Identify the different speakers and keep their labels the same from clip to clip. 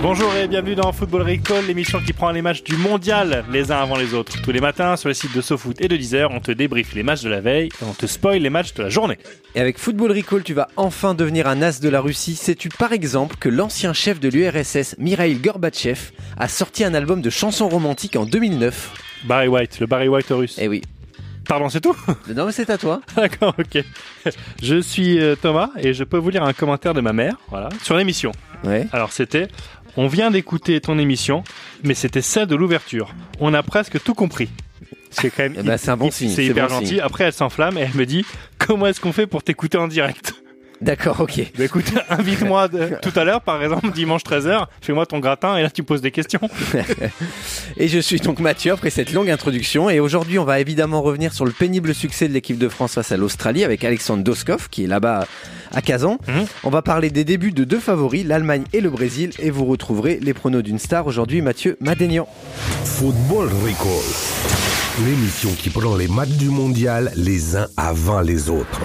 Speaker 1: Bonjour et bienvenue dans Football Recall, l'émission qui prend les matchs du mondial les uns avant les autres. Tous les matins, sur les sites de SoFoot et de Deezer, on te débriefe les matchs de la veille et on te spoil les matchs de la journée.
Speaker 2: Et avec Football Recall, tu vas enfin devenir un as de la Russie. Sais-tu par exemple que l'ancien chef de l'URSS, Mikhail Gorbatchev, a sorti un album de chansons romantiques en 2009
Speaker 1: Barry White, le Barry White russe.
Speaker 2: Eh oui.
Speaker 1: Pardon, c'est tout
Speaker 2: Non mais c'est à toi.
Speaker 1: D'accord, ok. Je suis euh, Thomas et je peux vous lire un commentaire de ma mère, voilà, sur l'émission.
Speaker 2: Ouais.
Speaker 1: Alors c'était On vient d'écouter ton émission, mais c'était celle de l'ouverture. On a presque tout compris. C'est quand même
Speaker 2: Eh ben, c'est un bon signe,
Speaker 1: C'est
Speaker 2: c'est
Speaker 1: hyper
Speaker 2: bon
Speaker 1: gentil.
Speaker 2: signe.
Speaker 1: Après, elle s'enflamme et elle me dit Comment est-ce qu'on fait pour t'écouter en direct
Speaker 2: D'accord, ok.
Speaker 1: Bah écoute, invite-moi de- tout à l'heure, par exemple, dimanche 13h, fais-moi ton gratin et là tu me poses des questions.
Speaker 2: Et je suis donc Mathieu après cette longue introduction. Et aujourd'hui, on va évidemment revenir sur le pénible succès de l'équipe de France face à l'Australie avec Alexandre Doskov qui est là-bas à Kazan.
Speaker 1: Mhm.
Speaker 2: On va parler des débuts de deux favoris, l'Allemagne et le Brésil. Et vous retrouverez les pronos d'une star aujourd'hui, Mathieu Madénian.
Speaker 3: Football Recall. L'émission qui prend les matchs du mondial les uns avant les autres.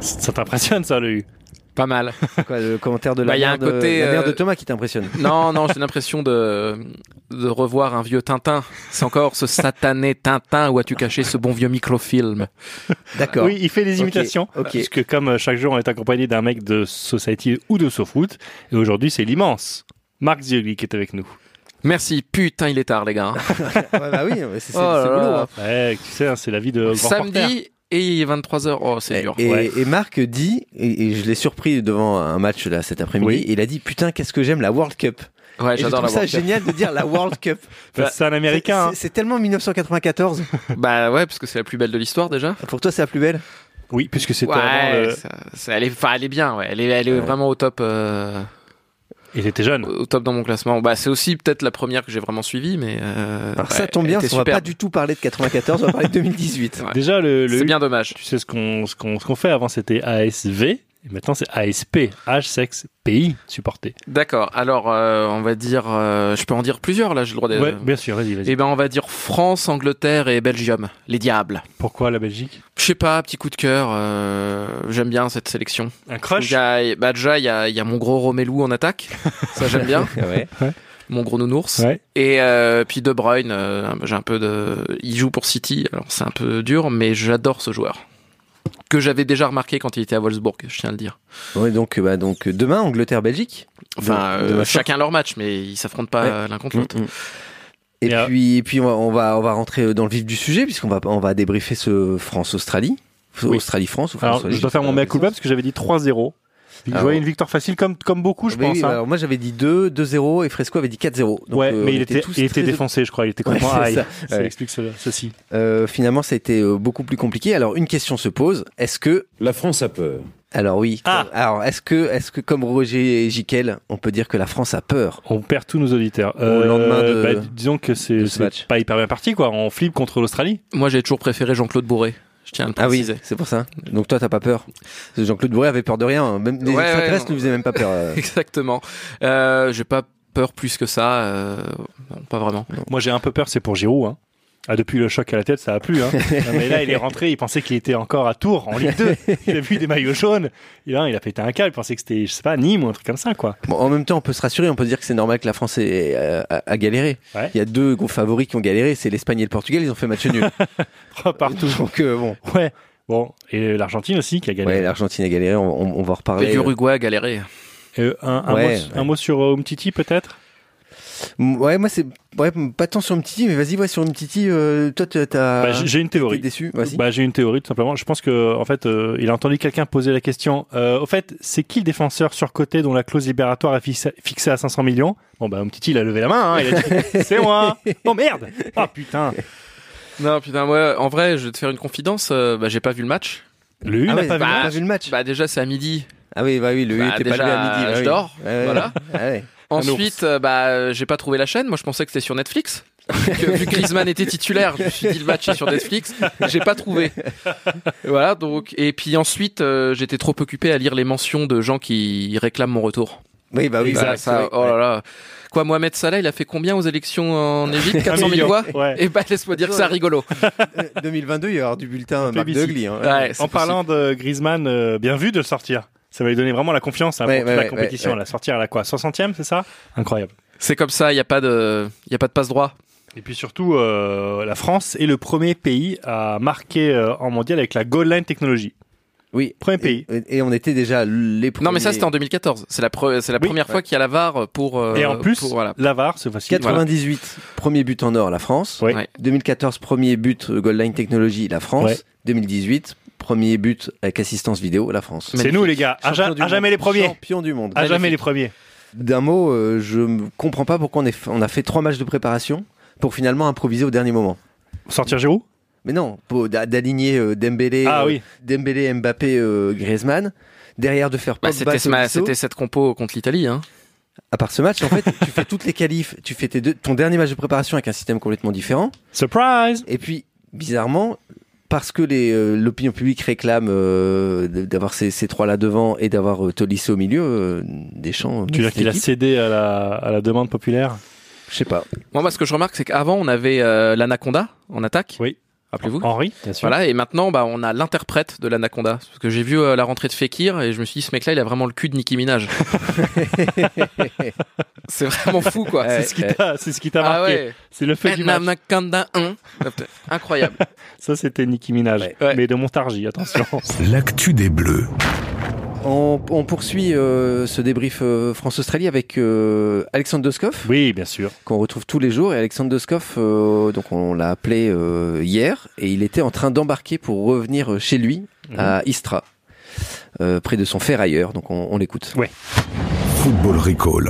Speaker 1: Ça t'impressionne ça, le U
Speaker 4: Pas mal.
Speaker 2: Quoi, le commentaire de la,
Speaker 4: Bah, il y a
Speaker 2: mère,
Speaker 4: un
Speaker 2: de,
Speaker 4: côté,
Speaker 2: la mère
Speaker 4: euh,
Speaker 2: de Thomas qui t'impressionne.
Speaker 4: Non, non, j'ai l'impression de, de revoir un vieux Tintin. C'est encore ce satané Tintin où as-tu caché ce bon vieux microfilm
Speaker 2: D'accord.
Speaker 1: Oui, il fait des
Speaker 2: Ok,
Speaker 1: imitations.
Speaker 2: ok.
Speaker 1: Parce que comme euh, chaque jour, on est accompagné d'un mec de Society ou de SoFoot. Et aujourd'hui, c'est l'immense Marc Zioli qui est avec nous.
Speaker 4: Merci, putain, il est tard, les gars.
Speaker 2: Ouais, bah oui, mais c'est c'est-
Speaker 4: Oh là
Speaker 2: c'est boulot,
Speaker 4: là.
Speaker 2: hein.
Speaker 1: Ouais, tu sais, hein, c'est la vie de grand reporter.
Speaker 4: Samedi et 23h. Oh, c'est
Speaker 2: Et,
Speaker 4: dur.
Speaker 2: et-
Speaker 1: Ouais.
Speaker 2: et Marc dit, et, et je l'ai surpris devant un match là cet après-midi,
Speaker 1: Oui.
Speaker 2: et il a dit putain qu'est-ce que j'aime la World Cup.
Speaker 4: Ouais,
Speaker 2: Et je
Speaker 4: Ah, j'adore
Speaker 2: trouve
Speaker 4: la
Speaker 2: ça
Speaker 4: World Cup. hein.
Speaker 2: génial de dire la World Cup.
Speaker 1: Enfin, Bah, C'est un américain.
Speaker 2: C'est- C'est tellement 1994.
Speaker 4: Bah ouais, parce que c'est la plus belle de l'histoire déjà.
Speaker 2: Pour toi, c'est la plus belle
Speaker 1: hein. Oui, puisque c'était avant
Speaker 4: Ouais,
Speaker 1: le-
Speaker 4: ça- ça- elle, est, enfin, elle est bien, ouais. Elle est, elle est vraiment au top, euh,
Speaker 1: Il était jeune.
Speaker 4: au top dans mon classement. Bah, c'est aussi peut-être la première que j'ai vraiment suivie, mais. euh,
Speaker 2: Alors
Speaker 4: ouais,
Speaker 2: ça tombe
Speaker 4: elle
Speaker 2: bien,
Speaker 4: était
Speaker 2: parce qu'on va pas
Speaker 4: superbe.
Speaker 2: du tout parler de 94, on va parler de 2018.
Speaker 4: Ouais.
Speaker 1: Déjà, le, le
Speaker 4: C'est
Speaker 1: U,
Speaker 4: bien dommage.
Speaker 1: tu sais ce qu'on ce qu'on ce qu'on fait avant, c'était ASV. Et maintenant, c'est ASP. Âge, sexe, pays supporté.
Speaker 4: D'accord. Alors, euh, on va dire, euh, je peux en dire plusieurs là. J'ai le droit de.
Speaker 1: Ouais, bien sûr, vas-y, vas-y.
Speaker 4: Eh ben, on va dire France, Angleterre et Belgium. Les diables.
Speaker 1: Pourquoi la Belgique
Speaker 4: Je sais pas, petit coup de cœur. euh, j'aime bien cette sélection.
Speaker 1: Un
Speaker 4: Il
Speaker 1: crush
Speaker 4: y a- bah déjà, il y a, il y a mon gros Romelu en attaque. Ça, j'aime bien.
Speaker 2: Ouais.
Speaker 4: Mon gros nounours.
Speaker 1: Ouais.
Speaker 4: Et euh, puis De Bruyne. euh, j'ai un peu de. Il joue pour City. Alors, c'est un peu dur, mais j'adore ce joueur. Que j'avais déjà remarqué quand il était à Wolfsburg. Je tiens à le dire.
Speaker 2: Ouais, donc, euh, bah, donc euh, demain, Angleterre-Belgique.
Speaker 4: Enfin,
Speaker 2: De-
Speaker 4: euh,
Speaker 2: de la sorte.
Speaker 4: chacun leur match, mais ils s'affrontent pas
Speaker 2: Ouais.
Speaker 4: euh, l'un contre l'autre.
Speaker 2: Mm, mm. Et
Speaker 1: Et, euh,
Speaker 2: puis, et puis on, va, on, va, on va rentrer euh, dans le vif du sujet, puisqu'on va, on va débriefer ce France-Australie.
Speaker 1: Oui.
Speaker 2: Australie-France. ou
Speaker 1: Alors,
Speaker 2: France-Australie,
Speaker 1: je dois faire mon
Speaker 2: sais
Speaker 1: mea
Speaker 2: pas.
Speaker 1: culpa parce que j'avais dit 3-0. Je
Speaker 2: Ah
Speaker 1: voyais
Speaker 2: ouais.
Speaker 1: une victoire facile comme, comme beaucoup, je
Speaker 2: Mais
Speaker 1: pense.
Speaker 2: oui,
Speaker 1: hein.
Speaker 2: alors moi j'avais dit 2, 2-0 et Fresco avait dit 4-0. Donc,
Speaker 1: ouais,
Speaker 2: euh, on
Speaker 1: mais il était,
Speaker 2: tous
Speaker 1: il était
Speaker 2: très-
Speaker 1: défoncé, je crois. Il était
Speaker 2: Ouais,
Speaker 1: complètement
Speaker 2: c'est
Speaker 1: high.
Speaker 2: ça.
Speaker 1: Ça
Speaker 2: Ouais.
Speaker 1: explique ce- ceci.
Speaker 2: Euh, finalement, ça a été euh, beaucoup plus compliqué. Alors, une question se pose. Est-ce que
Speaker 5: La France a peur.
Speaker 2: Alors oui.
Speaker 1: Ah.
Speaker 2: Alors est-ce que, est-ce que comme Roger Giquel, on peut dire que la France a peur
Speaker 1: On perd tous nos auditeurs.
Speaker 2: lendemain de-
Speaker 1: bah, disons que c'est
Speaker 2: ce
Speaker 1: c'est
Speaker 2: match.
Speaker 1: pas hyper bien parti, quoi. On flippe contre l'Australie.
Speaker 4: Moi, j'ai toujours préféré Jean-Claude Bourré. Je tiens à le préciser.
Speaker 2: c'est pour ça. Donc toi, t'as pas peur Parce que Jean-Claude Bourré avait peur de rien. hein. Même les
Speaker 4: Ouais,
Speaker 2: extraterrestres ne
Speaker 4: ouais, non.
Speaker 2: lui faisaient même pas peur. euh.
Speaker 4: Exactement. Euh, j'ai pas peur plus que ça. euh, non, pas vraiment.
Speaker 1: Moi, j'ai un peu peur, c'est pour Giroud. Hein. Ah, depuis le choc à la tête, ça a plu. Hein. Non, mais là, il est rentré, il pensait qu'il était encore à Tours, en Ligue 2. Il a vu des maillots jaunes. Et là, il a pété un câble, il pensait que c'était, je sais pas, Nîmes ou un truc comme ça, quoi.
Speaker 2: Bon, en même temps, on peut se rassurer. On peut dire que c'est normal que la France ait, euh, a, a galéré.
Speaker 1: Ouais.
Speaker 2: Il y a deux gros favoris qui ont galéré. C'est l'Espagne et le Portugal. Ils ont fait match nul.
Speaker 1: Oh, Partout.
Speaker 2: Donc euh, bon.
Speaker 1: Ouais. Bon, et l'Argentine aussi qui a gagné.
Speaker 2: Ouais, l'Argentine a galéré. On, on- on va
Speaker 4: Mais
Speaker 2: reparler.
Speaker 4: l'Uruguay a galéré.
Speaker 1: Euh, un, un
Speaker 2: Ouais,
Speaker 1: mot, un mot sur euh, Umtiti peut-être
Speaker 2: M- Ouais, moi c'est ouais, pas tant sur Mtiti, mais vas-y, ouais, sur Mtiti. euh, toi, t'as- t'as
Speaker 1: Bah, j'ai- J'ai une
Speaker 2: t'es
Speaker 1: théorie.
Speaker 2: déçu. Vas-y.
Speaker 1: Bah, j'ai une théorie tout simplement. Je pense que en fait, euh, il a entendu quelqu'un poser la question. euh, au fait, c'est qui le défenseur surcoté dont la clause libératoire est fixa- fixée à 500 millions Bon bah Umtiti il a levé la main. hein, il a dit c'est moi. Oh merde. Ah putain.
Speaker 4: Non, putain, moi, en vrai, je vais te faire une confidence. euh, bah, j'ai pas vu le match.
Speaker 1: Le U
Speaker 2: Ah
Speaker 1: n'a
Speaker 2: ouais,
Speaker 1: pas vu.
Speaker 2: t'as
Speaker 4: le
Speaker 2: pas
Speaker 4: match.
Speaker 2: vu le match.
Speaker 4: Bah, déjà, c'est à midi.
Speaker 2: Ah oui, bah oui, le
Speaker 4: Bah,
Speaker 2: t'es pas
Speaker 4: déjà,
Speaker 2: levé à midi. bah
Speaker 4: je
Speaker 2: oui.
Speaker 4: dors,
Speaker 2: Ouais, ouais,
Speaker 4: voilà. Ah,
Speaker 2: ouais, ouais.
Speaker 4: Ensuite, euh, bah, j'ai pas trouvé la chaîne. Moi, je pensais que c'était sur Netflix. que vu que Griezmann était titulaire, je me suis dit le match est sur Netflix, j'ai pas trouvé. Voilà, donc et puis ensuite euh, j'étais trop occupé à lire les mentions de gens qui réclament mon retour.
Speaker 2: Oui, bah oui,
Speaker 4: Bah,
Speaker 2: bah,
Speaker 4: ça,
Speaker 2: oui.
Speaker 4: oh là là. Quoi, Mohamed Salah, il a fait combien aux élections en Égypte 400 000 voix
Speaker 1: Ouais.
Speaker 4: Et bah laisse-moi dire que c'est rigolo.
Speaker 2: Euh, 2022, il va y avoir du bulletin Marc
Speaker 1: Plébiscite.
Speaker 2: Degli. hein.
Speaker 4: Ouais, c'est
Speaker 1: En parlant de Griezmann, euh, bien vu de le sortir. Ça va lui donner vraiment la confiance hein,
Speaker 2: Ouais,
Speaker 1: pour
Speaker 2: ouais,
Speaker 1: toute
Speaker 2: ouais,
Speaker 1: la compétition.
Speaker 2: ouais, ouais.
Speaker 1: La sortir à la quoi 60e, c'est ça Incroyable.
Speaker 4: C'est comme ça, il n'y a pas de, il y a pas de passe droit.
Speaker 1: Et puis surtout, euh, la France est le premier pays à marquer euh, en mondial avec la Gold Line Technology.
Speaker 2: Oui.
Speaker 1: Premier pays.
Speaker 2: Et, et on était déjà les premiers.
Speaker 4: Non, mais ça c'était en 2014. C'est la, pre- c'est la
Speaker 1: Oui.
Speaker 4: première fois qu'il y a la VAR pour. euh,
Speaker 1: Et en plus,
Speaker 4: pour- voilà.
Speaker 1: l'avare, ce fois-ci.
Speaker 2: 98, premier but en or, la France.
Speaker 1: Ouais.
Speaker 4: Ouais.
Speaker 2: 2014, premier but euh, Gold Line Technology, la France.
Speaker 1: Ouais.
Speaker 2: 2018, premier but avec assistance vidéo, la France.
Speaker 1: C'est nous, les gars. À, ja-
Speaker 2: Champion du
Speaker 1: à
Speaker 2: monde.
Speaker 1: jamais les premiers.
Speaker 2: Champion du monde.
Speaker 1: À jamais les premiers.
Speaker 2: D'un mot, euh, je ne comprends pas pourquoi on, est f- on a fait trois matchs de préparation pour finalement improviser au dernier moment.
Speaker 1: Sortir Giroud
Speaker 2: Mais non, pour d'a- d'aligner euh, Dembélé,
Speaker 1: Ah
Speaker 2: euh,
Speaker 1: oui.
Speaker 2: Dembélé, Mbappé, euh, Griezmann, derrière de faire
Speaker 4: Bah,
Speaker 2: Pogba,
Speaker 4: c'était, ce ma-
Speaker 2: Tolisso.
Speaker 4: c'était cette compo contre l'Italie. Hein.
Speaker 2: À part ce match, en fait, tu fais toutes les qualifs, tu fais tes deux- ton dernier match de préparation avec un système complètement différent.
Speaker 1: Surprise
Speaker 2: Et puis, bizarrement, parce que les, euh, l'opinion publique réclame euh, d- d'avoir ces, ces trois-là devant et d'avoir euh, Tolisso au milieu, euh, Deschamps.
Speaker 1: Tu veux dire
Speaker 2: cette
Speaker 1: qu'il a
Speaker 2: équipe,
Speaker 1: cédé à la, à la demande populaire
Speaker 2: Je sais pas.
Speaker 4: Moi, moi, ce que je remarque, c'est qu'avant on avait euh, l'anaconda en attaque.
Speaker 1: Oui.
Speaker 4: Rappelez-vous.
Speaker 1: Henri, bien sûr.
Speaker 4: Voilà, et maintenant, bah, on a l'interprète de l'anaconda. Parce que j'ai vu euh, la rentrée de Fekir et je me suis dit, ce mec-là, il a vraiment le cul de Nicki Minaj. c'est vraiment fou, quoi.
Speaker 1: C'est
Speaker 2: Ouais.
Speaker 1: ce qui t'a- c'est ce qui t'a
Speaker 4: Eh, Ah
Speaker 1: marqué.
Speaker 4: ouais.
Speaker 1: C'est le fait du match.
Speaker 4: Anaconda 1. Incroyable.
Speaker 1: Ça, c'était Nicki Minaj.
Speaker 2: Ouais.
Speaker 4: Ouais.
Speaker 1: Mais de Montargis, attention.
Speaker 3: L'actu des Bleus.
Speaker 2: On, on poursuit euh, ce débrief euh, France-Australie avec euh, Alexandre Doskov.
Speaker 1: oui, bien sûr.
Speaker 2: qu'on retrouve tous les jours. Et Alexandre Doskov, euh, donc on l'a appelé euh, hier, et il était en train d'embarquer pour revenir euh, chez lui
Speaker 1: Mhm.
Speaker 2: à Istra, euh, près de son ferrailleur. Donc on, on l'écoute.
Speaker 3: Football Recall.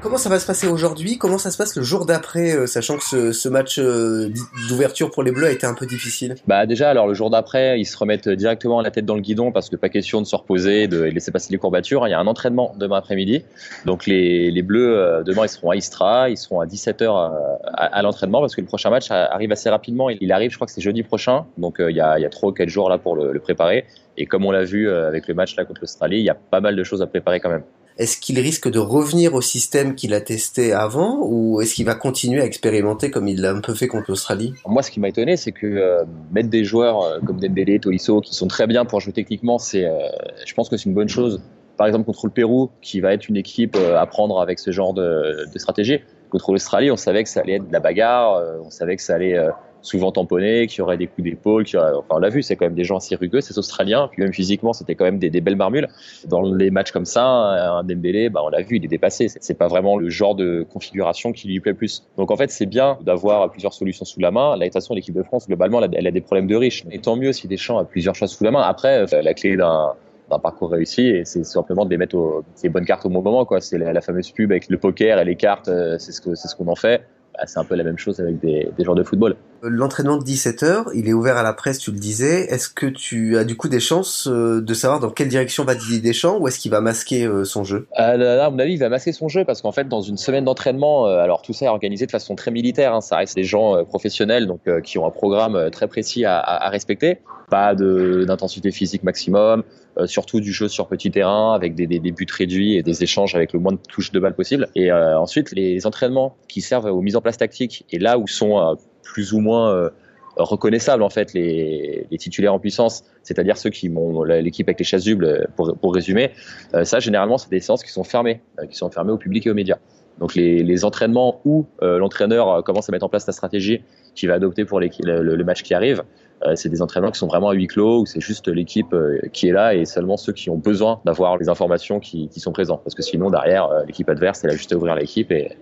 Speaker 5: Comment ça va se passer aujourd'hui Comment ça se passe le jour d'après, euh, sachant que ce, ce match euh, d- d'ouverture pour les Bleus a été un peu difficile
Speaker 6: Bah déjà, alors le jour d'après, ils se remettent directement la tête dans le guidon parce que pas question de se reposer, de laisser passer les courbatures. Il y a un entraînement demain après-midi. Donc les, les Bleus, euh, demain, ils seront à Istra, ils seront à 17h à, à l'entraînement parce que le prochain match euh, arrive assez rapidement. Il arrive, je crois que c'est jeudi prochain. Donc euh, il y a, il y a 3 ou 4 jours là pour le, le préparer. Et comme on l'a vu euh, avec le match là contre l'Australie, il y a pas mal de choses à préparer quand même.
Speaker 5: Est-ce qu'il risque de revenir au système qu'il a testé avant ou est-ce qu'il va continuer à expérimenter comme il l'a un peu fait contre l'Australie
Speaker 6: Moi, ce qui m'a étonné, c'est que euh, mettre des joueurs euh, comme Dembélé, Tolisso, qui sont très bien pour jouer techniquement, c'est, euh, je pense que c'est une bonne chose. Par exemple, contre le Pérou, qui va être une équipe euh, à prendre avec ce genre de, de stratégie. Contre l'Australie, on savait que ça allait être de la bagarre, euh, on savait que ça allait euh, souvent tamponner, qu'il y aurait des coups d'épaule. qu'il y aurait- Enfin, on l'a vu, c'est quand même des gens assez rugueux, ces Australiens. Puis même physiquement, c'était quand même des, des belles marmules. Dans les matchs comme ça, un Dembélé, bah, on l'a vu, il est dépassé. C'est- C'est pas vraiment le genre de configuration qui lui plaît le plus. Donc en fait, c'est bien d'avoir plusieurs solutions sous la main. La de toute façon, l'équipe de France, globalement, elle a- elle a des problèmes de riches. Et tant mieux si Deschamps a plusieurs choses sous la main. Après, euh, la clé d'un d'un parcours réussi et c'est simplement de les mettre aux, les bonnes cartes au bon moment quoi c'est la, la fameuse pub avec le poker et les cartes euh, c'est ce que c'est ce qu'on en fait Bah, c'est un peu la même chose avec des, des joueurs de football
Speaker 5: Euh, L'entraînement de 17h, il est ouvert à la presse, tu le disais. Est-ce que tu as du coup des chances euh, de savoir dans quelle direction va Didier Deschamps ou est-ce qu'il va masquer euh, son jeu
Speaker 6: Euh, là, là, à mon avis, il va masquer son jeu parce qu'en fait, dans une semaine d'entraînement, euh, alors tout ça est organisé de façon très militaire. hein, ça reste des gens euh, professionnels, donc euh, qui ont un programme euh, très précis à, à- à respecter. Pas de- d'intensité physique maximum, euh, surtout du jeu sur petit terrain avec des, des- des buts réduits et des échanges avec le moins de touches de balles possible. Et euh, ensuite, les entraînements qui servent aux mises en place tactiques et là où sont euh, plus ou moins euh, reconnaissables en fait les, les titulaires en puissance, c'est-à-dire ceux qui m'ont l'équipe avec les chasubles euh, pour, pour résumer, euh, ça, généralement, c'est des séances qui sont fermées, euh, qui sont fermées au public et aux médias. Donc les, les entraînements où euh, l'entraîneur euh, commence à mettre en place la stratégie qu'il va adopter pour l'équi- le, le- le match qui arrive, euh, c'est des entraînements qui sont vraiment à huis clos, où c'est juste l'équipe euh, qui est là et seulement ceux qui ont besoin d'avoir les informations qui, qui sont présentes. Parce que sinon, derrière, euh, l'équipe adverse, elle a juste à ouvrir l'équipe et,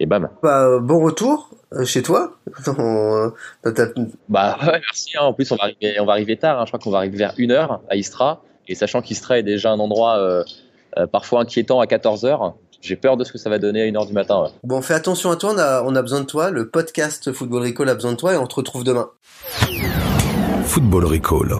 Speaker 6: et bam.
Speaker 5: Bah, euh, Bon retour euh, chez toi dans, euh, dans ta-
Speaker 6: Bah ouais, merci. hein. En plus, on va arriver, on va arriver tard. hein. Je crois qu'on va arriver vers une heure à Istra. Et sachant qu'Istra est déjà un endroit euh, euh, parfois inquiétant à 14 heures, j'ai peur de ce que ça va donner à une heure du matin. ouais.
Speaker 5: Bon, fais attention à toi, on a, on a besoin de toi. Le podcast Football Recall a besoin de toi et on te retrouve demain.
Speaker 3: Football Recall.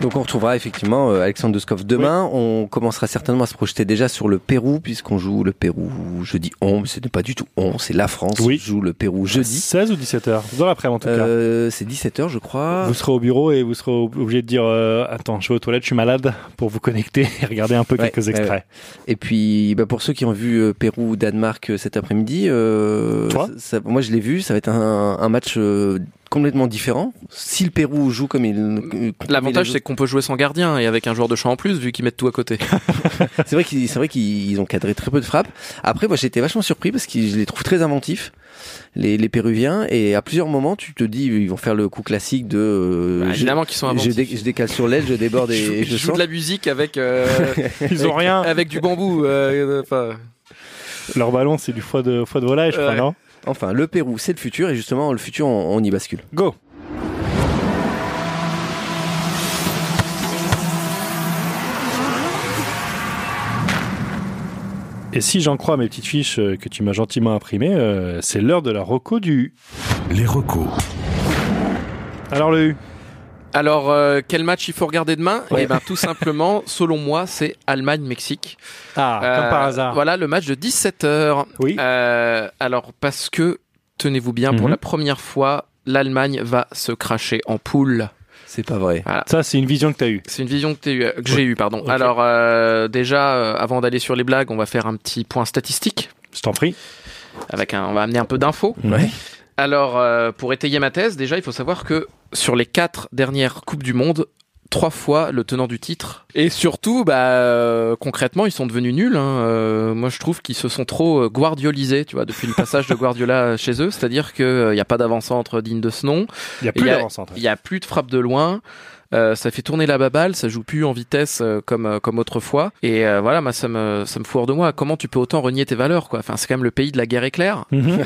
Speaker 2: Donc on retrouvera effectivement euh, Alexandre Doskov demain. On commencera certainement à se projeter déjà sur le Pérou, puisqu'on joue le Pérou, je dis on, mais ce n'est pas du tout on, c'est la France
Speaker 1: Oui.
Speaker 2: qui joue le Pérou jeudi.
Speaker 1: 16 ou 17 heures Dans l'après-midi, en tout cas.
Speaker 2: Euh, c'est 17h je crois.
Speaker 1: Vous serez au bureau et vous serez ob- obligé de dire euh, Attends, je vais aux toilettes, je suis malade, pour vous connecter et regarder un peu
Speaker 2: Ouais,
Speaker 1: quelques
Speaker 2: ouais,
Speaker 1: extraits.
Speaker 2: Et puis, bah, pour ceux qui ont vu euh, Pérou Danemark euh, cet après-midi, euh,
Speaker 1: Toi
Speaker 2: ça- moi je l'ai vu. Ça va être un, un match euh, complètement différent. Si le Pérou joue comme il,
Speaker 4: L'avantage, c'est qu'on peut jouer sans gardien et avec un joueur de champ en plus, vu qu'ils mettent tout à côté.
Speaker 2: c'est vrai qu'ils c'est vrai qu'ils ont cadré très peu de frappes. Après, moi j'étais vachement surpris parce que je les trouve très inventifs. Les, les Péruviens et à plusieurs moments tu te dis ils vont faire le coup classique de euh,
Speaker 4: Bah,
Speaker 2: je-
Speaker 4: évidemment qu'ils sont
Speaker 2: je,
Speaker 4: inventifs.
Speaker 2: dé- je décale sur l'aile je déborde et, et
Speaker 4: Ils jouent-
Speaker 2: je
Speaker 4: ils jouent
Speaker 2: sors
Speaker 4: de la musique avec euh,
Speaker 1: Ils ont rien.
Speaker 4: avec du bambou. euh, enfin,
Speaker 1: Leur ballon, c'est du foie de, foie de volaille, je crois,
Speaker 4: Ouais.
Speaker 1: non
Speaker 2: enfin le Pérou c'est le futur et justement le futur on- on y bascule
Speaker 1: Go Et si j'en crois mes petites fiches euh, que tu m'as gentiment imprimées, euh, c'est l'heure de la reco du...
Speaker 3: Les recos.
Speaker 1: Alors le U
Speaker 4: Alors, euh, quel match il faut regarder demain
Speaker 2: Ouais.
Speaker 4: Eh ben, tout simplement, selon moi, c'est Allemagne-Mexique.
Speaker 1: Ah,
Speaker 4: Euh,
Speaker 1: comme par hasard.
Speaker 4: Voilà, le match de 17h.
Speaker 1: Oui.
Speaker 4: Euh, alors, parce que, tenez-vous bien, pour
Speaker 1: Mhm.
Speaker 4: la première fois, l'Allemagne va se cracher en poule.
Speaker 2: c'est pas vrai
Speaker 1: Ça, c'est une vision que t'as eue.
Speaker 4: C'est une vision que, t'as eue- que j'ai eue, pardon.
Speaker 1: Ok.
Speaker 4: Alors, euh, déjà, euh, avant d'aller sur les blagues, on va faire un petit point statistique.
Speaker 1: Je t'en prie.
Speaker 4: Avec un, on va amener un peu d'infos.
Speaker 2: Ouais.
Speaker 4: Alors, euh, pour étayer ma thèse, déjà, il faut savoir que sur les quatre dernières Coupes du Monde, trois fois le tenant du titre. Et surtout, bah, euh, concrètement, ils sont devenus nuls. hein. Euh, moi, je trouve qu'ils se sont trop euh, guardiolisés, tu vois, depuis le passage de Guardiola chez eux. C'est-à-dire qu'il n'y a pas d'avant-centre digne de ce nom.
Speaker 1: Il n'y a plus
Speaker 4: Il y a-
Speaker 1: d'avance. en fait.
Speaker 4: Il n'y a plus de frappe de loin. Euh, ça fait tourner la baballe, ça joue plus en vitesse euh, comme euh, comme autrefois. Et euh, voilà, moi ça me ça me fout hors de moi. Comment tu peux autant renier tes valeurs quoi Enfin, c'est quand même le pays de la guerre éclair.
Speaker 1: Mhm.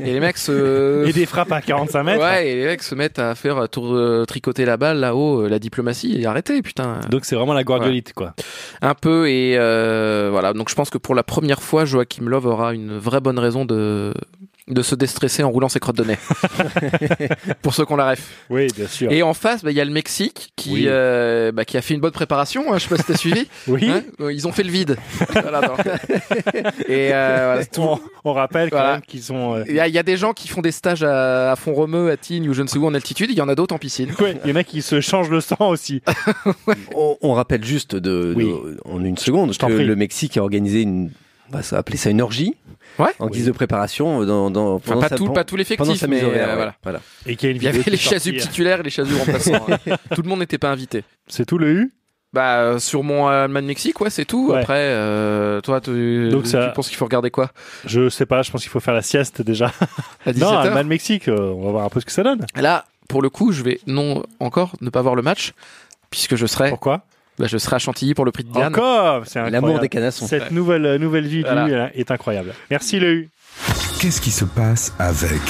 Speaker 4: Et les mecs se
Speaker 1: Et des frappes à 45 mètres.
Speaker 4: Euh, Ouais, et les mecs se mettent à faire euh, tour, euh, tricoter la balle là-haut, euh, la diplomatie, et arrêtez, putain.
Speaker 1: Donc c'est vraiment la guardiolite, quoi.
Speaker 4: Un peu, et euh, voilà. Donc je pense que pour la première fois, Joachim Love aura une vraie bonne raison de, de se déstresser en roulant ses crottes de nez. pour ceux qu'on la ref.
Speaker 1: Oui, bien sûr.
Speaker 4: Et en face, bah, il y a le Mexique qui,
Speaker 1: Oui.
Speaker 4: euh, bah, qui a fait une bonne préparation, hein, je sais pas si t'as suivi.
Speaker 1: Oui.
Speaker 4: Hein Euh, Ils ont fait le vide. Voilà, donc. euh, et euh, voilà, c'est tout.
Speaker 1: on, on rappelle quand
Speaker 4: Voilà.
Speaker 1: même qu'ils sont... euh,
Speaker 4: Il y, a- il y a des gens qui font des stages à, à Font-Romeu, à Tignes ou je ne sais où en altitude. Il y en a d'autres en piscine.
Speaker 1: Ouais, il y en a qui se changent le sang aussi.
Speaker 2: On, on rappelle juste de, de-
Speaker 1: Oui.
Speaker 2: en une seconde
Speaker 1: t'en
Speaker 2: que
Speaker 1: prie.
Speaker 2: le Mexique a organisé une, on va ça appeler ça une orgie
Speaker 4: Ouais.
Speaker 2: en guise de préparation euh, dans, dans
Speaker 4: Enfin,
Speaker 2: pendant
Speaker 4: pas,
Speaker 2: sa-
Speaker 4: tout,
Speaker 2: pen-
Speaker 4: pas tous les
Speaker 2: pendant
Speaker 4: fictifs,
Speaker 2: sa
Speaker 4: mais
Speaker 2: mise au vert,
Speaker 4: euh,
Speaker 2: ouais,
Speaker 4: voilà.
Speaker 2: voilà.
Speaker 1: Et qu'il y a une
Speaker 4: Il y avait
Speaker 1: vidéo
Speaker 4: les
Speaker 1: qui est
Speaker 4: chasubles
Speaker 1: sortie. euh.
Speaker 4: titulaires et les chasubles remplaçants. hein. Tout le monde n'était pas invité.
Speaker 1: C'est tout le U
Speaker 4: Bah, euh, sur mon Allemagne-Mexique, ouais, c'est tout.
Speaker 1: Ouais.
Speaker 4: Après, euh, toi, tu,
Speaker 1: Donc
Speaker 4: tu
Speaker 1: ça-
Speaker 4: penses qu'il faut regarder quoi
Speaker 1: Je sais pas, je pense qu'il faut faire la sieste déjà.
Speaker 4: À 17
Speaker 1: Non,
Speaker 4: heures
Speaker 1: Allemagne-Mexique, euh, on va voir un peu ce que ça donne.
Speaker 4: Là, pour le coup, je vais non encore ne pas voir le match puisque je serai,
Speaker 1: Pourquoi
Speaker 4: bah, je serai à Chantilly pour le prix de Diane.
Speaker 1: Encore C'est
Speaker 2: l'amour des
Speaker 1: incroyable.
Speaker 2: canassons.
Speaker 1: Cette nouvelle, euh, nouvelle vie
Speaker 4: Voilà.
Speaker 1: du U euh, est incroyable. Merci le U.
Speaker 3: Qu'est-ce qui se passe avec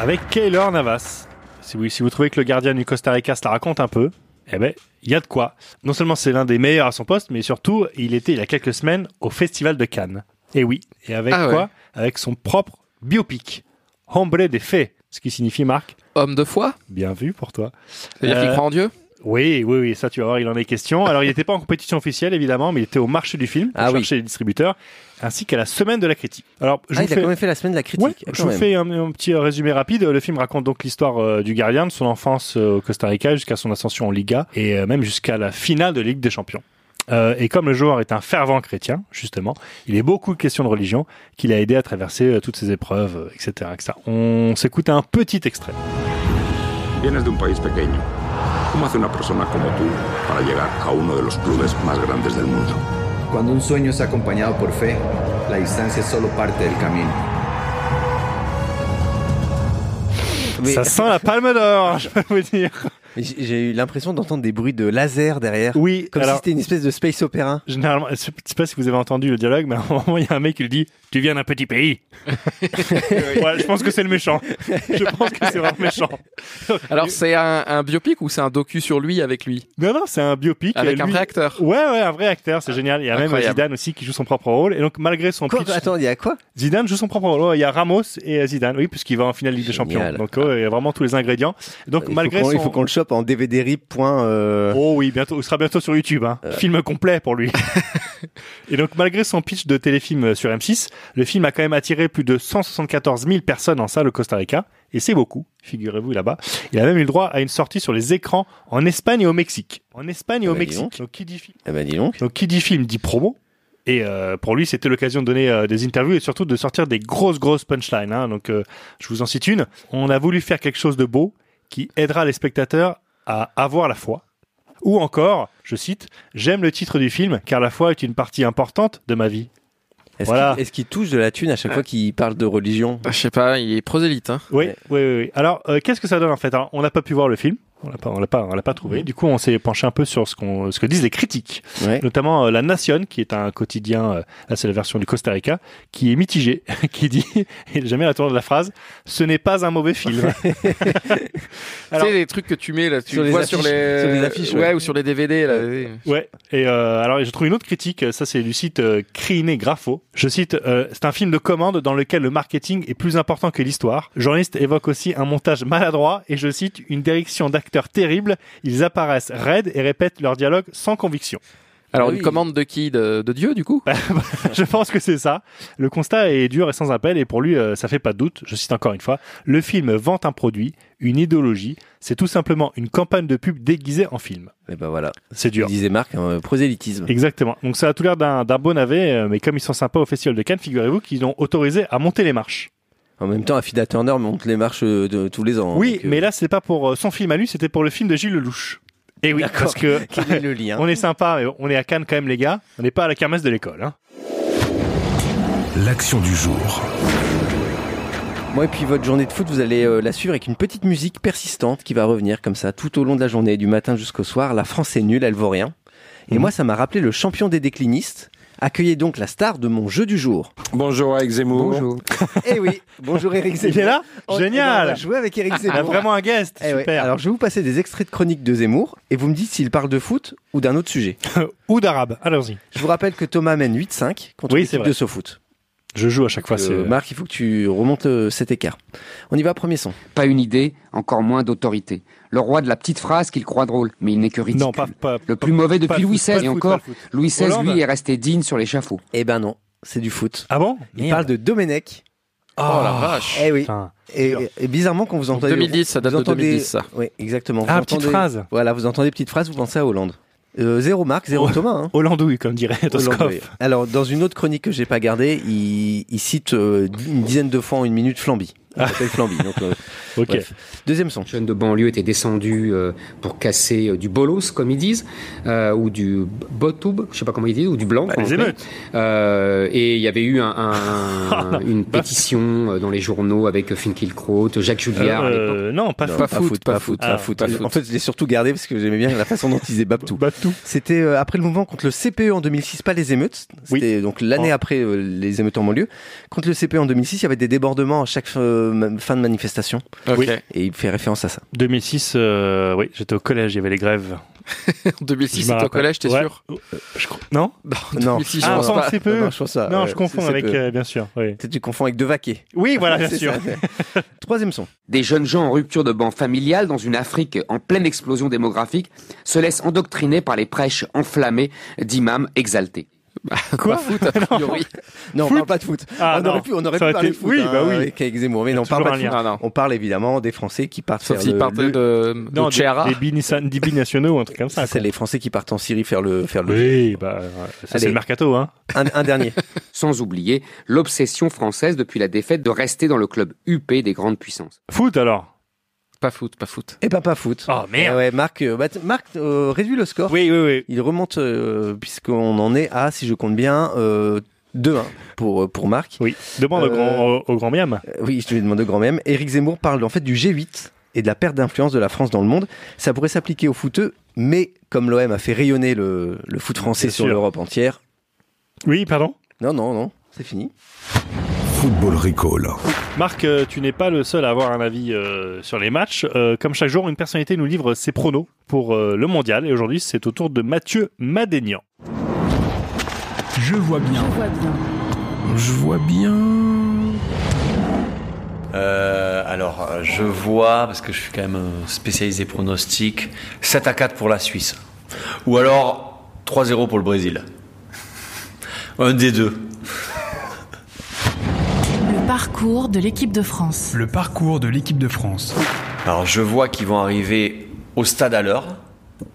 Speaker 1: Avec Kaylor Navas. Si vous, si vous trouvez que le gardien du Costa Rica se la raconte un peu, eh ben, il y a de quoi. Non seulement c'est l'un des meilleurs à son poste, mais surtout, il était il y a quelques semaines au Festival de Cannes. Et oui, et avec
Speaker 4: Ah ouais.
Speaker 1: quoi Avec son propre biopic, Hombre de Fe, ce qui signifie Marc.
Speaker 4: Homme de foi,
Speaker 1: Bien vu pour toi.
Speaker 4: c'est-à-dire
Speaker 1: Euh,
Speaker 4: qu'il croit en Dieu.
Speaker 1: Oui, oui, oui, ça tu vas voir, il en est question. Alors il n'était pas en compétition officielle évidemment, mais il était au marché du film, pour
Speaker 2: Ah oui.
Speaker 1: chercher les distributeurs, ainsi qu'à la semaine de la critique. Alors je vous
Speaker 2: Ah, il a
Speaker 1: fais-
Speaker 2: quand même fait la semaine de la critique.
Speaker 1: Ouais,
Speaker 2: Ah,
Speaker 1: je
Speaker 2: quand
Speaker 1: vous
Speaker 2: même.
Speaker 1: fais un, un petit euh, résumé rapide. Le film raconte donc l'histoire euh, du gardien, de son enfance euh, au Costa Rica jusqu'à son ascension en Liga et euh, même jusqu'à la finale de Ligue des Champions. Euh, et comme le joueur est un fervent chrétien, justement, il est beaucoup question de religion qui l'a aidé à traverser euh, toutes ces épreuves, euh, etc., etc. On s'écoute un petit extrait.
Speaker 7: Vienes de un país pequeño. ¿Cómo hace una persona como tú para llegar a uno de los clubes más grandes del mundo?
Speaker 8: Cuando un sueño es acompañado por fe, la distancia es solo parte del camino.
Speaker 2: Mais-
Speaker 1: Ça sent la palme d'or, je peux vous dire.
Speaker 2: mais J'ai j'ai eu l'impression d'entendre des bruits de laser derrière,
Speaker 1: Oui,
Speaker 2: comme si
Speaker 1: alors,
Speaker 2: c'était une espèce de space opéra.
Speaker 1: généralement, je sais pas si vous avez entendu le dialogue, mais à un moment, il y a un mec qui lui dit tu viens d'un petit pays. Ouais, je pense que c'est le méchant. Je pense que c'est vraiment méchant.
Speaker 4: Alors, c'est un, un biopic ou c'est un docu sur lui avec lui
Speaker 1: Non, non, c'est un biopic.
Speaker 4: Avec
Speaker 1: et
Speaker 4: un
Speaker 1: lui-
Speaker 4: vrai acteur
Speaker 1: Ouais, ouais, un vrai acteur, c'est génial. Il y a même
Speaker 4: Incroyable.
Speaker 1: Zidane aussi qui joue son propre rôle. Et donc, malgré son
Speaker 2: Quoi
Speaker 1: pitch,
Speaker 2: Attends, il y a quoi
Speaker 1: Zidane joue son propre rôle. Ouais, Il y a Ramos et euh, Zidane, oui, puisqu'il va en finale Ligue des
Speaker 2: Génial.
Speaker 1: Champions. Donc, ouais, il y a vraiment tous les ingrédients. Donc,
Speaker 2: Il faut
Speaker 1: malgré
Speaker 2: qu'on-
Speaker 1: son...
Speaker 2: Il faut qu'on le chope en DVD rip. Point, euh,
Speaker 1: Oh oui, bientôt, il sera bientôt sur YouTube. Hein. Film complet pour lui. et donc, malgré son pitch de téléfilm euh, sur M6, le film a quand même attiré plus de 174 000 personnes en salle au Costa Rica. Et c'est beaucoup, figurez-vous là-bas. Il a même eu le droit à une sortie sur les écrans en Espagne et au Mexique. En Espagne et
Speaker 2: Ah
Speaker 1: au
Speaker 2: bah, dis
Speaker 1: Mexique.
Speaker 2: donc.
Speaker 1: Donc, qui dit film
Speaker 2: Eh ben dis donc.
Speaker 1: donc qui dit film dit promo. Et euh, pour lui, c'était l'occasion de donner euh, des interviews et surtout de sortir des grosses, grosses punchlines. hein. Donc euh, je vous en cite une. On a voulu faire quelque chose de beau qui aidera les spectateurs à avoir la foi. Ou encore, je cite, j'aime le titre du film car la foi est une partie importante de ma vie.
Speaker 2: Est-ce
Speaker 1: Voilà.
Speaker 2: qu'il- est-ce qu'il touche de la thune à chaque fois qu'il parle de religion
Speaker 4: Ah, Je sais pas, il est prosélyte. Hein.
Speaker 1: Oui,
Speaker 2: Ouais.
Speaker 1: oui, oui. oui. Alors, euh, qu'est-ce que ça donne en fait Alors, On n'a pas pu voir le film. On l'a pas, on l'a pas, on l'a pas trouvé. Du coup, on s'est penché un peu sur ce qu'on, ce que disent les critiques.
Speaker 2: Ouais.
Speaker 1: notamment euh, La Nation, qui est un quotidien, euh, là c'est la version du Costa Rica, qui est mitigé, qui dit, et jamais la tournure de la phrase, ce n'est pas un mauvais film. Alors-
Speaker 4: tu sais, les trucs que tu mets là, tu
Speaker 2: Sur les
Speaker 4: vois
Speaker 2: affiches-
Speaker 4: sur les...
Speaker 2: sur les affiches,
Speaker 4: ouais.
Speaker 2: ouais.
Speaker 4: ou sur les DVD là.
Speaker 1: ouais. Et euh, alors je trouve une autre critique, euh, ça c'est du site euh, Criné Graffo. Je cite, euh, c'est un film de commande dans lequel le marketing est plus important que l'histoire. Le Journaliste évoque aussi un montage maladroit et je cite une direction d'acteurs terrible. Ils apparaissent raides et répètent leur dialogue sans conviction.
Speaker 4: Alors
Speaker 2: Ah
Speaker 4: une
Speaker 2: oui. Bah,
Speaker 4: commande de qui de, de Dieu du coup
Speaker 1: Je pense que c'est ça. Le constat est dur et sans appel, et pour lui, euh, ça fait pas de doute. Je cite encore une fois le film vante un produit, une idéologie. C'est tout simplement une campagne de pub déguisée en film.
Speaker 2: Eh ben voilà.
Speaker 1: C'est dur.
Speaker 2: Disait Marc, hein, prosélytisme.
Speaker 1: Exactement. Donc ça a tout l'air d'un d'un bon navet, euh, mais comme ils sont sympas au Festival de Cannes, figurez-vous qu'ils l'ont autorisé à monter les marches.
Speaker 2: En même temps, Afida Turner monte les marches euh, de, tous les ans.
Speaker 1: oui,
Speaker 2: donc, euh,
Speaker 1: mais là, c'est pas pour euh, son film à lui, c'était pour le film de Gilles Lelouch. Et Eh oui,
Speaker 2: D'accord.
Speaker 1: parce que
Speaker 2: quel est le lien
Speaker 1: on est sympa, mais on est à Cannes quand même, les gars. On n'est pas à la kermesse de l'école. Hein.
Speaker 3: L'action du jour.
Speaker 2: Moi, et puis votre journée de foot, vous allez euh, la suivre avec une petite musique persistante qui va revenir comme ça tout au long de la journée, du matin jusqu'au soir. La France est nulle, elle vaut rien.
Speaker 1: Mhm.
Speaker 2: Et moi, ça m'a rappelé le champion des déclinistes. Accueillez donc la star de mon jeu du jour.
Speaker 7: Bonjour Eric Zemmour.
Speaker 2: Eh oui, bonjour Eric
Speaker 1: Il
Speaker 2: Zemmour.
Speaker 1: est là
Speaker 2: On- eh ben, on va
Speaker 1: Génial
Speaker 2: jouer avec Eric
Speaker 1: On a
Speaker 2: Zemmour.
Speaker 1: vraiment un guest
Speaker 2: Eh ouais.
Speaker 1: Super
Speaker 2: Alors, je vais vous passer des extraits de chroniques de Zemmour et vous me dites s'il parle de foot ou d'un autre sujet.
Speaker 1: Ou d'arabe, allons-y.
Speaker 2: Je vous rappelle que Thomas mène 8-5 contre
Speaker 1: Oui, c'est
Speaker 2: l'équipe
Speaker 1: vrai.
Speaker 2: de SoFoot.
Speaker 1: Je joue à chaque fois.
Speaker 2: Euh,
Speaker 1: c'est-
Speaker 2: Marc, il faut que tu remontes euh, cet écart. On y va, premier son.
Speaker 9: Pas une idée, encore moins d'autorité. Le roi de la petite phrase qu'il croit drôle, mais il n'est que ridicule.
Speaker 1: Non, pas, pas-
Speaker 9: le
Speaker 1: pas-
Speaker 9: plus mauvais
Speaker 1: pas
Speaker 9: depuis
Speaker 1: le
Speaker 9: Louis
Speaker 1: foot, pas le
Speaker 9: XVI et
Speaker 1: foot,
Speaker 9: encore,
Speaker 1: pas le foot.
Speaker 9: Louis XVI,
Speaker 1: Hollande
Speaker 9: lui, est resté digne sur l'échafaud.
Speaker 2: Eh ben non, c'est du foot.
Speaker 1: Ah bon
Speaker 2: Il parle de Domenech.
Speaker 4: Oh la vache
Speaker 2: Eh oui.
Speaker 1: Putain.
Speaker 2: Et, et bizarrement, quand vous entendez.
Speaker 4: 2010, ça date
Speaker 2: vous
Speaker 4: de
Speaker 2: entendez-
Speaker 4: 2010, ça.
Speaker 2: Oui, exactement. Vous
Speaker 1: Ah, petite
Speaker 2: entendez-
Speaker 1: phrase.
Speaker 2: Voilà, vous entendez petite phrase, vous pensez à Hollande. Euh, zéro Marc, zéro
Speaker 1: Oh.
Speaker 2: Thomas. hein.
Speaker 1: Hollandouille, comme dirait
Speaker 2: Hollande,
Speaker 1: Toskov.
Speaker 2: oui. Alors, dans une autre chronique que j'ai pas gardée, il, il cite euh, une dizaine de fois en une minute Flamby. Il
Speaker 1: Ah.
Speaker 2: s'appelle Flamby. Donc, euh,
Speaker 1: Ok.
Speaker 2: bref. Deuxième son.
Speaker 9: jeunes de banlieue étaient descendus euh, pour casser euh, du bolos, comme ils disent, euh, ou du botoub, je sais pas comment ils disent, ou du blanc.
Speaker 1: Bah,
Speaker 9: en
Speaker 1: les
Speaker 9: anglais.
Speaker 1: émeutes.
Speaker 9: Euh, et il y avait eu un- un- une pétition euh, dans les journaux avec Finkielkraut, Jacques Julliard à l'époque.
Speaker 1: Euh, non, pas
Speaker 2: Non,
Speaker 1: foot.
Speaker 2: pas foot,
Speaker 1: Ah,
Speaker 2: pas foot.
Speaker 1: pas foot.
Speaker 2: En fait, je l'ai surtout gardé parce que j'aimais bien la façon dont ils disaient Babtou.
Speaker 1: Bah, tout.
Speaker 2: C'était euh, après le mouvement contre le CPE en 2006, pas les émeutes. C'était donc l'année
Speaker 1: Oh.
Speaker 2: après euh, les émeutes en banlieue. Contre le CPE en 2006, il y avait des débordements à chaque euh, ma- fin de manifestation.
Speaker 4: Ok.
Speaker 1: Oui.
Speaker 2: Et il fait référence à ça.
Speaker 1: 2006, euh, oui, j'étais au collège, il y avait les grèves.
Speaker 4: En
Speaker 1: Je
Speaker 4: 2006,
Speaker 1: me
Speaker 4: c'était au
Speaker 1: rappelle.
Speaker 4: collège, t'es
Speaker 1: Ouais.
Speaker 4: sûr
Speaker 1: Euh, je crois- Non
Speaker 2: Non.
Speaker 4: 2006,
Speaker 1: Ah,
Speaker 4: je pense
Speaker 1: attends,
Speaker 4: pas.
Speaker 1: c'est peu.
Speaker 2: Non, je confonds ça.
Speaker 1: Non,
Speaker 2: Ouais,
Speaker 1: je confonds
Speaker 2: c'est
Speaker 1: avec,
Speaker 2: CPE.
Speaker 1: euh, bien sûr. Oui,
Speaker 2: Peut-être tu confonds avec Devaquet.
Speaker 1: oui voilà, bien
Speaker 2: C'est
Speaker 1: sûr.
Speaker 2: ça. Troisième son.
Speaker 9: Des jeunes gens en rupture de banc familial dans une Afrique en pleine explosion démographique se laissent endoctriner par les prêches enflammées d'imams exaltés.
Speaker 4: Pas foot, a priori.
Speaker 2: Non,
Speaker 1: Foot.
Speaker 2: on parle pas de foot.
Speaker 1: Ah,
Speaker 2: on
Speaker 1: non.
Speaker 2: aurait pu, on aurait
Speaker 1: Ça aurait
Speaker 2: pu parler
Speaker 1: été-
Speaker 2: de foot.
Speaker 1: oui,
Speaker 2: hein,
Speaker 1: bah oui.
Speaker 2: Avec Eric Zemmour, mais non, on parle
Speaker 1: toujours
Speaker 2: pas de
Speaker 1: un
Speaker 2: foot.
Speaker 4: lien. Non, non.
Speaker 2: On parle évidemment des Français qui partent
Speaker 4: Sauf
Speaker 2: faire
Speaker 4: s'il
Speaker 2: le-
Speaker 4: partait
Speaker 2: le-
Speaker 4: de,
Speaker 1: Non,
Speaker 4: de Chera.
Speaker 1: des, des binis- des binationaux ou un truc comme ça.
Speaker 2: Ça, c'est
Speaker 1: quoi.
Speaker 2: les Français qui partent en Syrie faire le, faire le.
Speaker 1: Oui, bah, euh, ça c'est
Speaker 2: Allez.
Speaker 1: le mercato, hein.
Speaker 2: Un, un dernier.
Speaker 9: Sans oublier l'obsession française depuis la défaite de rester dans le club huppé des grandes puissances.
Speaker 1: Foot alors
Speaker 4: Pas foot, pas foot.
Speaker 2: Et pas pas foot.
Speaker 1: Oh
Speaker 2: Eh
Speaker 1: merde
Speaker 2: ouais, Marc, euh, bah, t- Marc euh, réduis le score.
Speaker 1: Oui, oui, oui.
Speaker 2: Il remonte, euh, puisqu'on en est à, si je compte bien, euh, 2-1 pour, euh, pour Marc.
Speaker 1: Oui, demande au
Speaker 2: Euh,
Speaker 1: grand- au, au grand Miam.
Speaker 2: Euh, oui, je te l'ai demandé au grand même. Éric Zemmour parle en fait du G8 et de la perte d'influence de la France dans le monde. Ça pourrait s'appliquer au footeux, mais comme l'OM a fait rayonner le, le foot français
Speaker 1: Bien
Speaker 2: sur
Speaker 1: sûr.
Speaker 2: l'Europe entière.
Speaker 1: Oui, pardon
Speaker 2: Non, non, non. c'est fini.
Speaker 10: Football Recall.
Speaker 1: Marc, euh, tu n'es pas le seul à avoir un avis euh, sur les matchs. Euh, comme chaque jour, une personnalité nous livre ses pronos pour euh, le mondial. Et aujourd'hui, c'est au tour de Mathieu Madénian.
Speaker 6: Je vois bien. Je vois bien. alors, euh, je vois, parce que je suis quand même euh, spécialisé pronostic, 7 à 4 pour la Suisse. Ou alors 3-0 pour le Brésil. Un des deux.
Speaker 5: Le parcours de l'équipe de France.
Speaker 6: Le parcours de l'équipe de France. Alors je vois qu'ils vont arriver au stade à l'heure.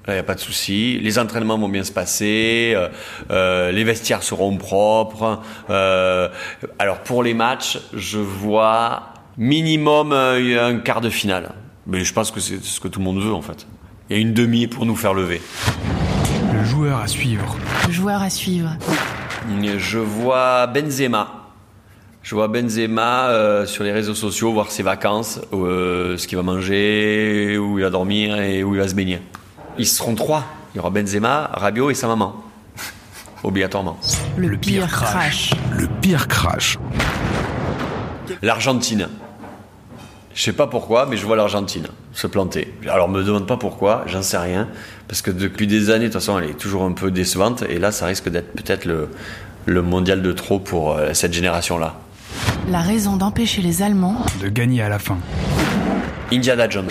Speaker 6: Là, il n'y a pas de souci. Les entraînements vont bien se passer. euh, euh, les vestiaires seront propres. Euh, alors pour les matchs, je vois minimum euh, un quart de finale. Mais je pense que c'est ce que tout le monde veut en fait. Il y a une demi pour nous faire lever.
Speaker 5: Le joueur à suivre. Le joueur à suivre.
Speaker 6: Je vois Benzema. Je vois Benzema euh, sur les réseaux sociaux voir ses vacances, euh, ce qu'il va manger, où il va dormir et où il va se baigner. Ils seront trois. Il y aura Benzema, Rabiot et sa maman. Obligatoirement.
Speaker 5: Le, pire, crash.
Speaker 10: Le pire crash.
Speaker 6: L'Argentine. Je sais pas pourquoi, mais je vois l'Argentine se planter. Alors me demande pas pourquoi, j'en sais rien, parce que depuis des années, de toute façon, elle est toujours un peu décevante, et là, ça risque d'être peut-être le, le mondial de trop pour euh, cette génération-là.
Speaker 5: La raison d'empêcher les Allemands.
Speaker 6: De gagner à la fin. Indiana Jones.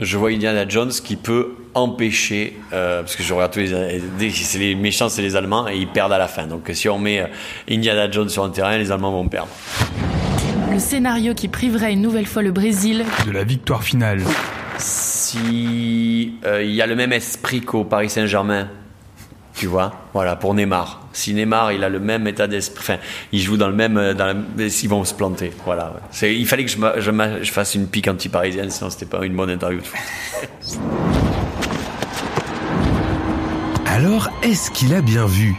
Speaker 6: Je vois Indiana Jones qui peut empêcher, euh, parce que je regarde tous les, dès que c'est les méchants, c'est les Allemands, et ils perdent à la fin. Donc si on met euh, Indiana Jones sur un terrain, les Allemands vont perdre.
Speaker 5: Le scénario qui priverait une nouvelle fois le Brésil.
Speaker 6: de la victoire finale. Si euh, il y a le même esprit qu'au Paris Saint-Germain, tu vois, voilà pour Neymar. Si Neymar, il a le même état d'esprit, enfin, il joue dans le même, euh, dans la- mais ils vont se planter, voilà. ouais. C'est- Il fallait que je, m'a- je m'a- je fasse une pique anti-parisienne, sinon c'était pas une bonne interview de foot.
Speaker 10: Alors, est-ce qu'il a bien vu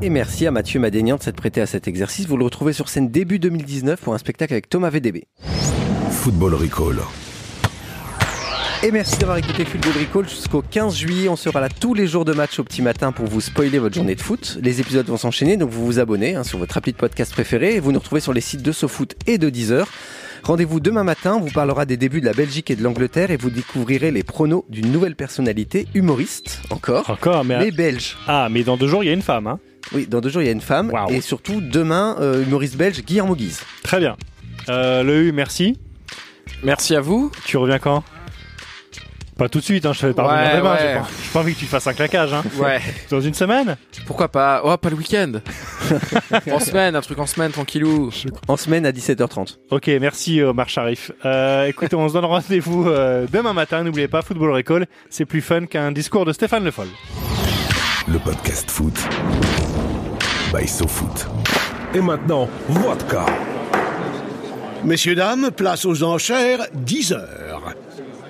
Speaker 2: Et merci à Mathieu Madénian de s'être prêté à cet exercice. Vous le retrouvez sur scène début 2019 pour un spectacle avec Thomas VDB.
Speaker 10: Football Recall.
Speaker 2: Et merci d'avoir écouté Football Recall jusqu'au 15 juillet. On sera là tous les jours de match au petit matin pour vous spoiler votre journée de foot. Les épisodes vont s'enchaîner, donc vous vous abonnez hein, sur votre appli de podcast préféré et vous nous retrouvez sur les sites de SoFoot et de Deezer. Rendez-vous demain matin, on vous parlera des débuts de la Belgique et de l'Angleterre et vous découvrirez les pronos d'une nouvelle personnalité humoriste, encore,
Speaker 1: Encore, mais.
Speaker 2: les Belges.
Speaker 1: Ah, mais dans deux jours, il y a une femme. Hein.
Speaker 2: Oui, dans deux jours il y a une femme
Speaker 1: Waouh.
Speaker 2: et surtout demain, euh, humoriste belge Guillermo Guise.
Speaker 1: Très bien. Euh, le U, merci.
Speaker 4: Merci à vous.
Speaker 1: Tu reviens quand Pas tout de suite, hein, je te fais parvenir
Speaker 4: Ouais,
Speaker 1: demain.
Speaker 4: ouais.
Speaker 1: J'ai pas- J'ai pas envie que tu fasses un claquage. Hein.
Speaker 4: Ouais.
Speaker 1: Dans une semaine
Speaker 4: Pourquoi pas Oh, pas le week-end. en semaine, un truc en semaine, tranquillou.
Speaker 2: En semaine à 17h30.
Speaker 1: Ok, merci Omar Sharif. Euh, écoutez, on se donne rendez-vous euh, demain matin. N'oubliez pas, Football Recall, c'est plus fun qu'un discours de Stéphane Le Foll.
Speaker 10: Le podcast foot. By SoFoot. Et maintenant, vodka.
Speaker 3: Messieurs, dames, place aux enchères, 10 heures.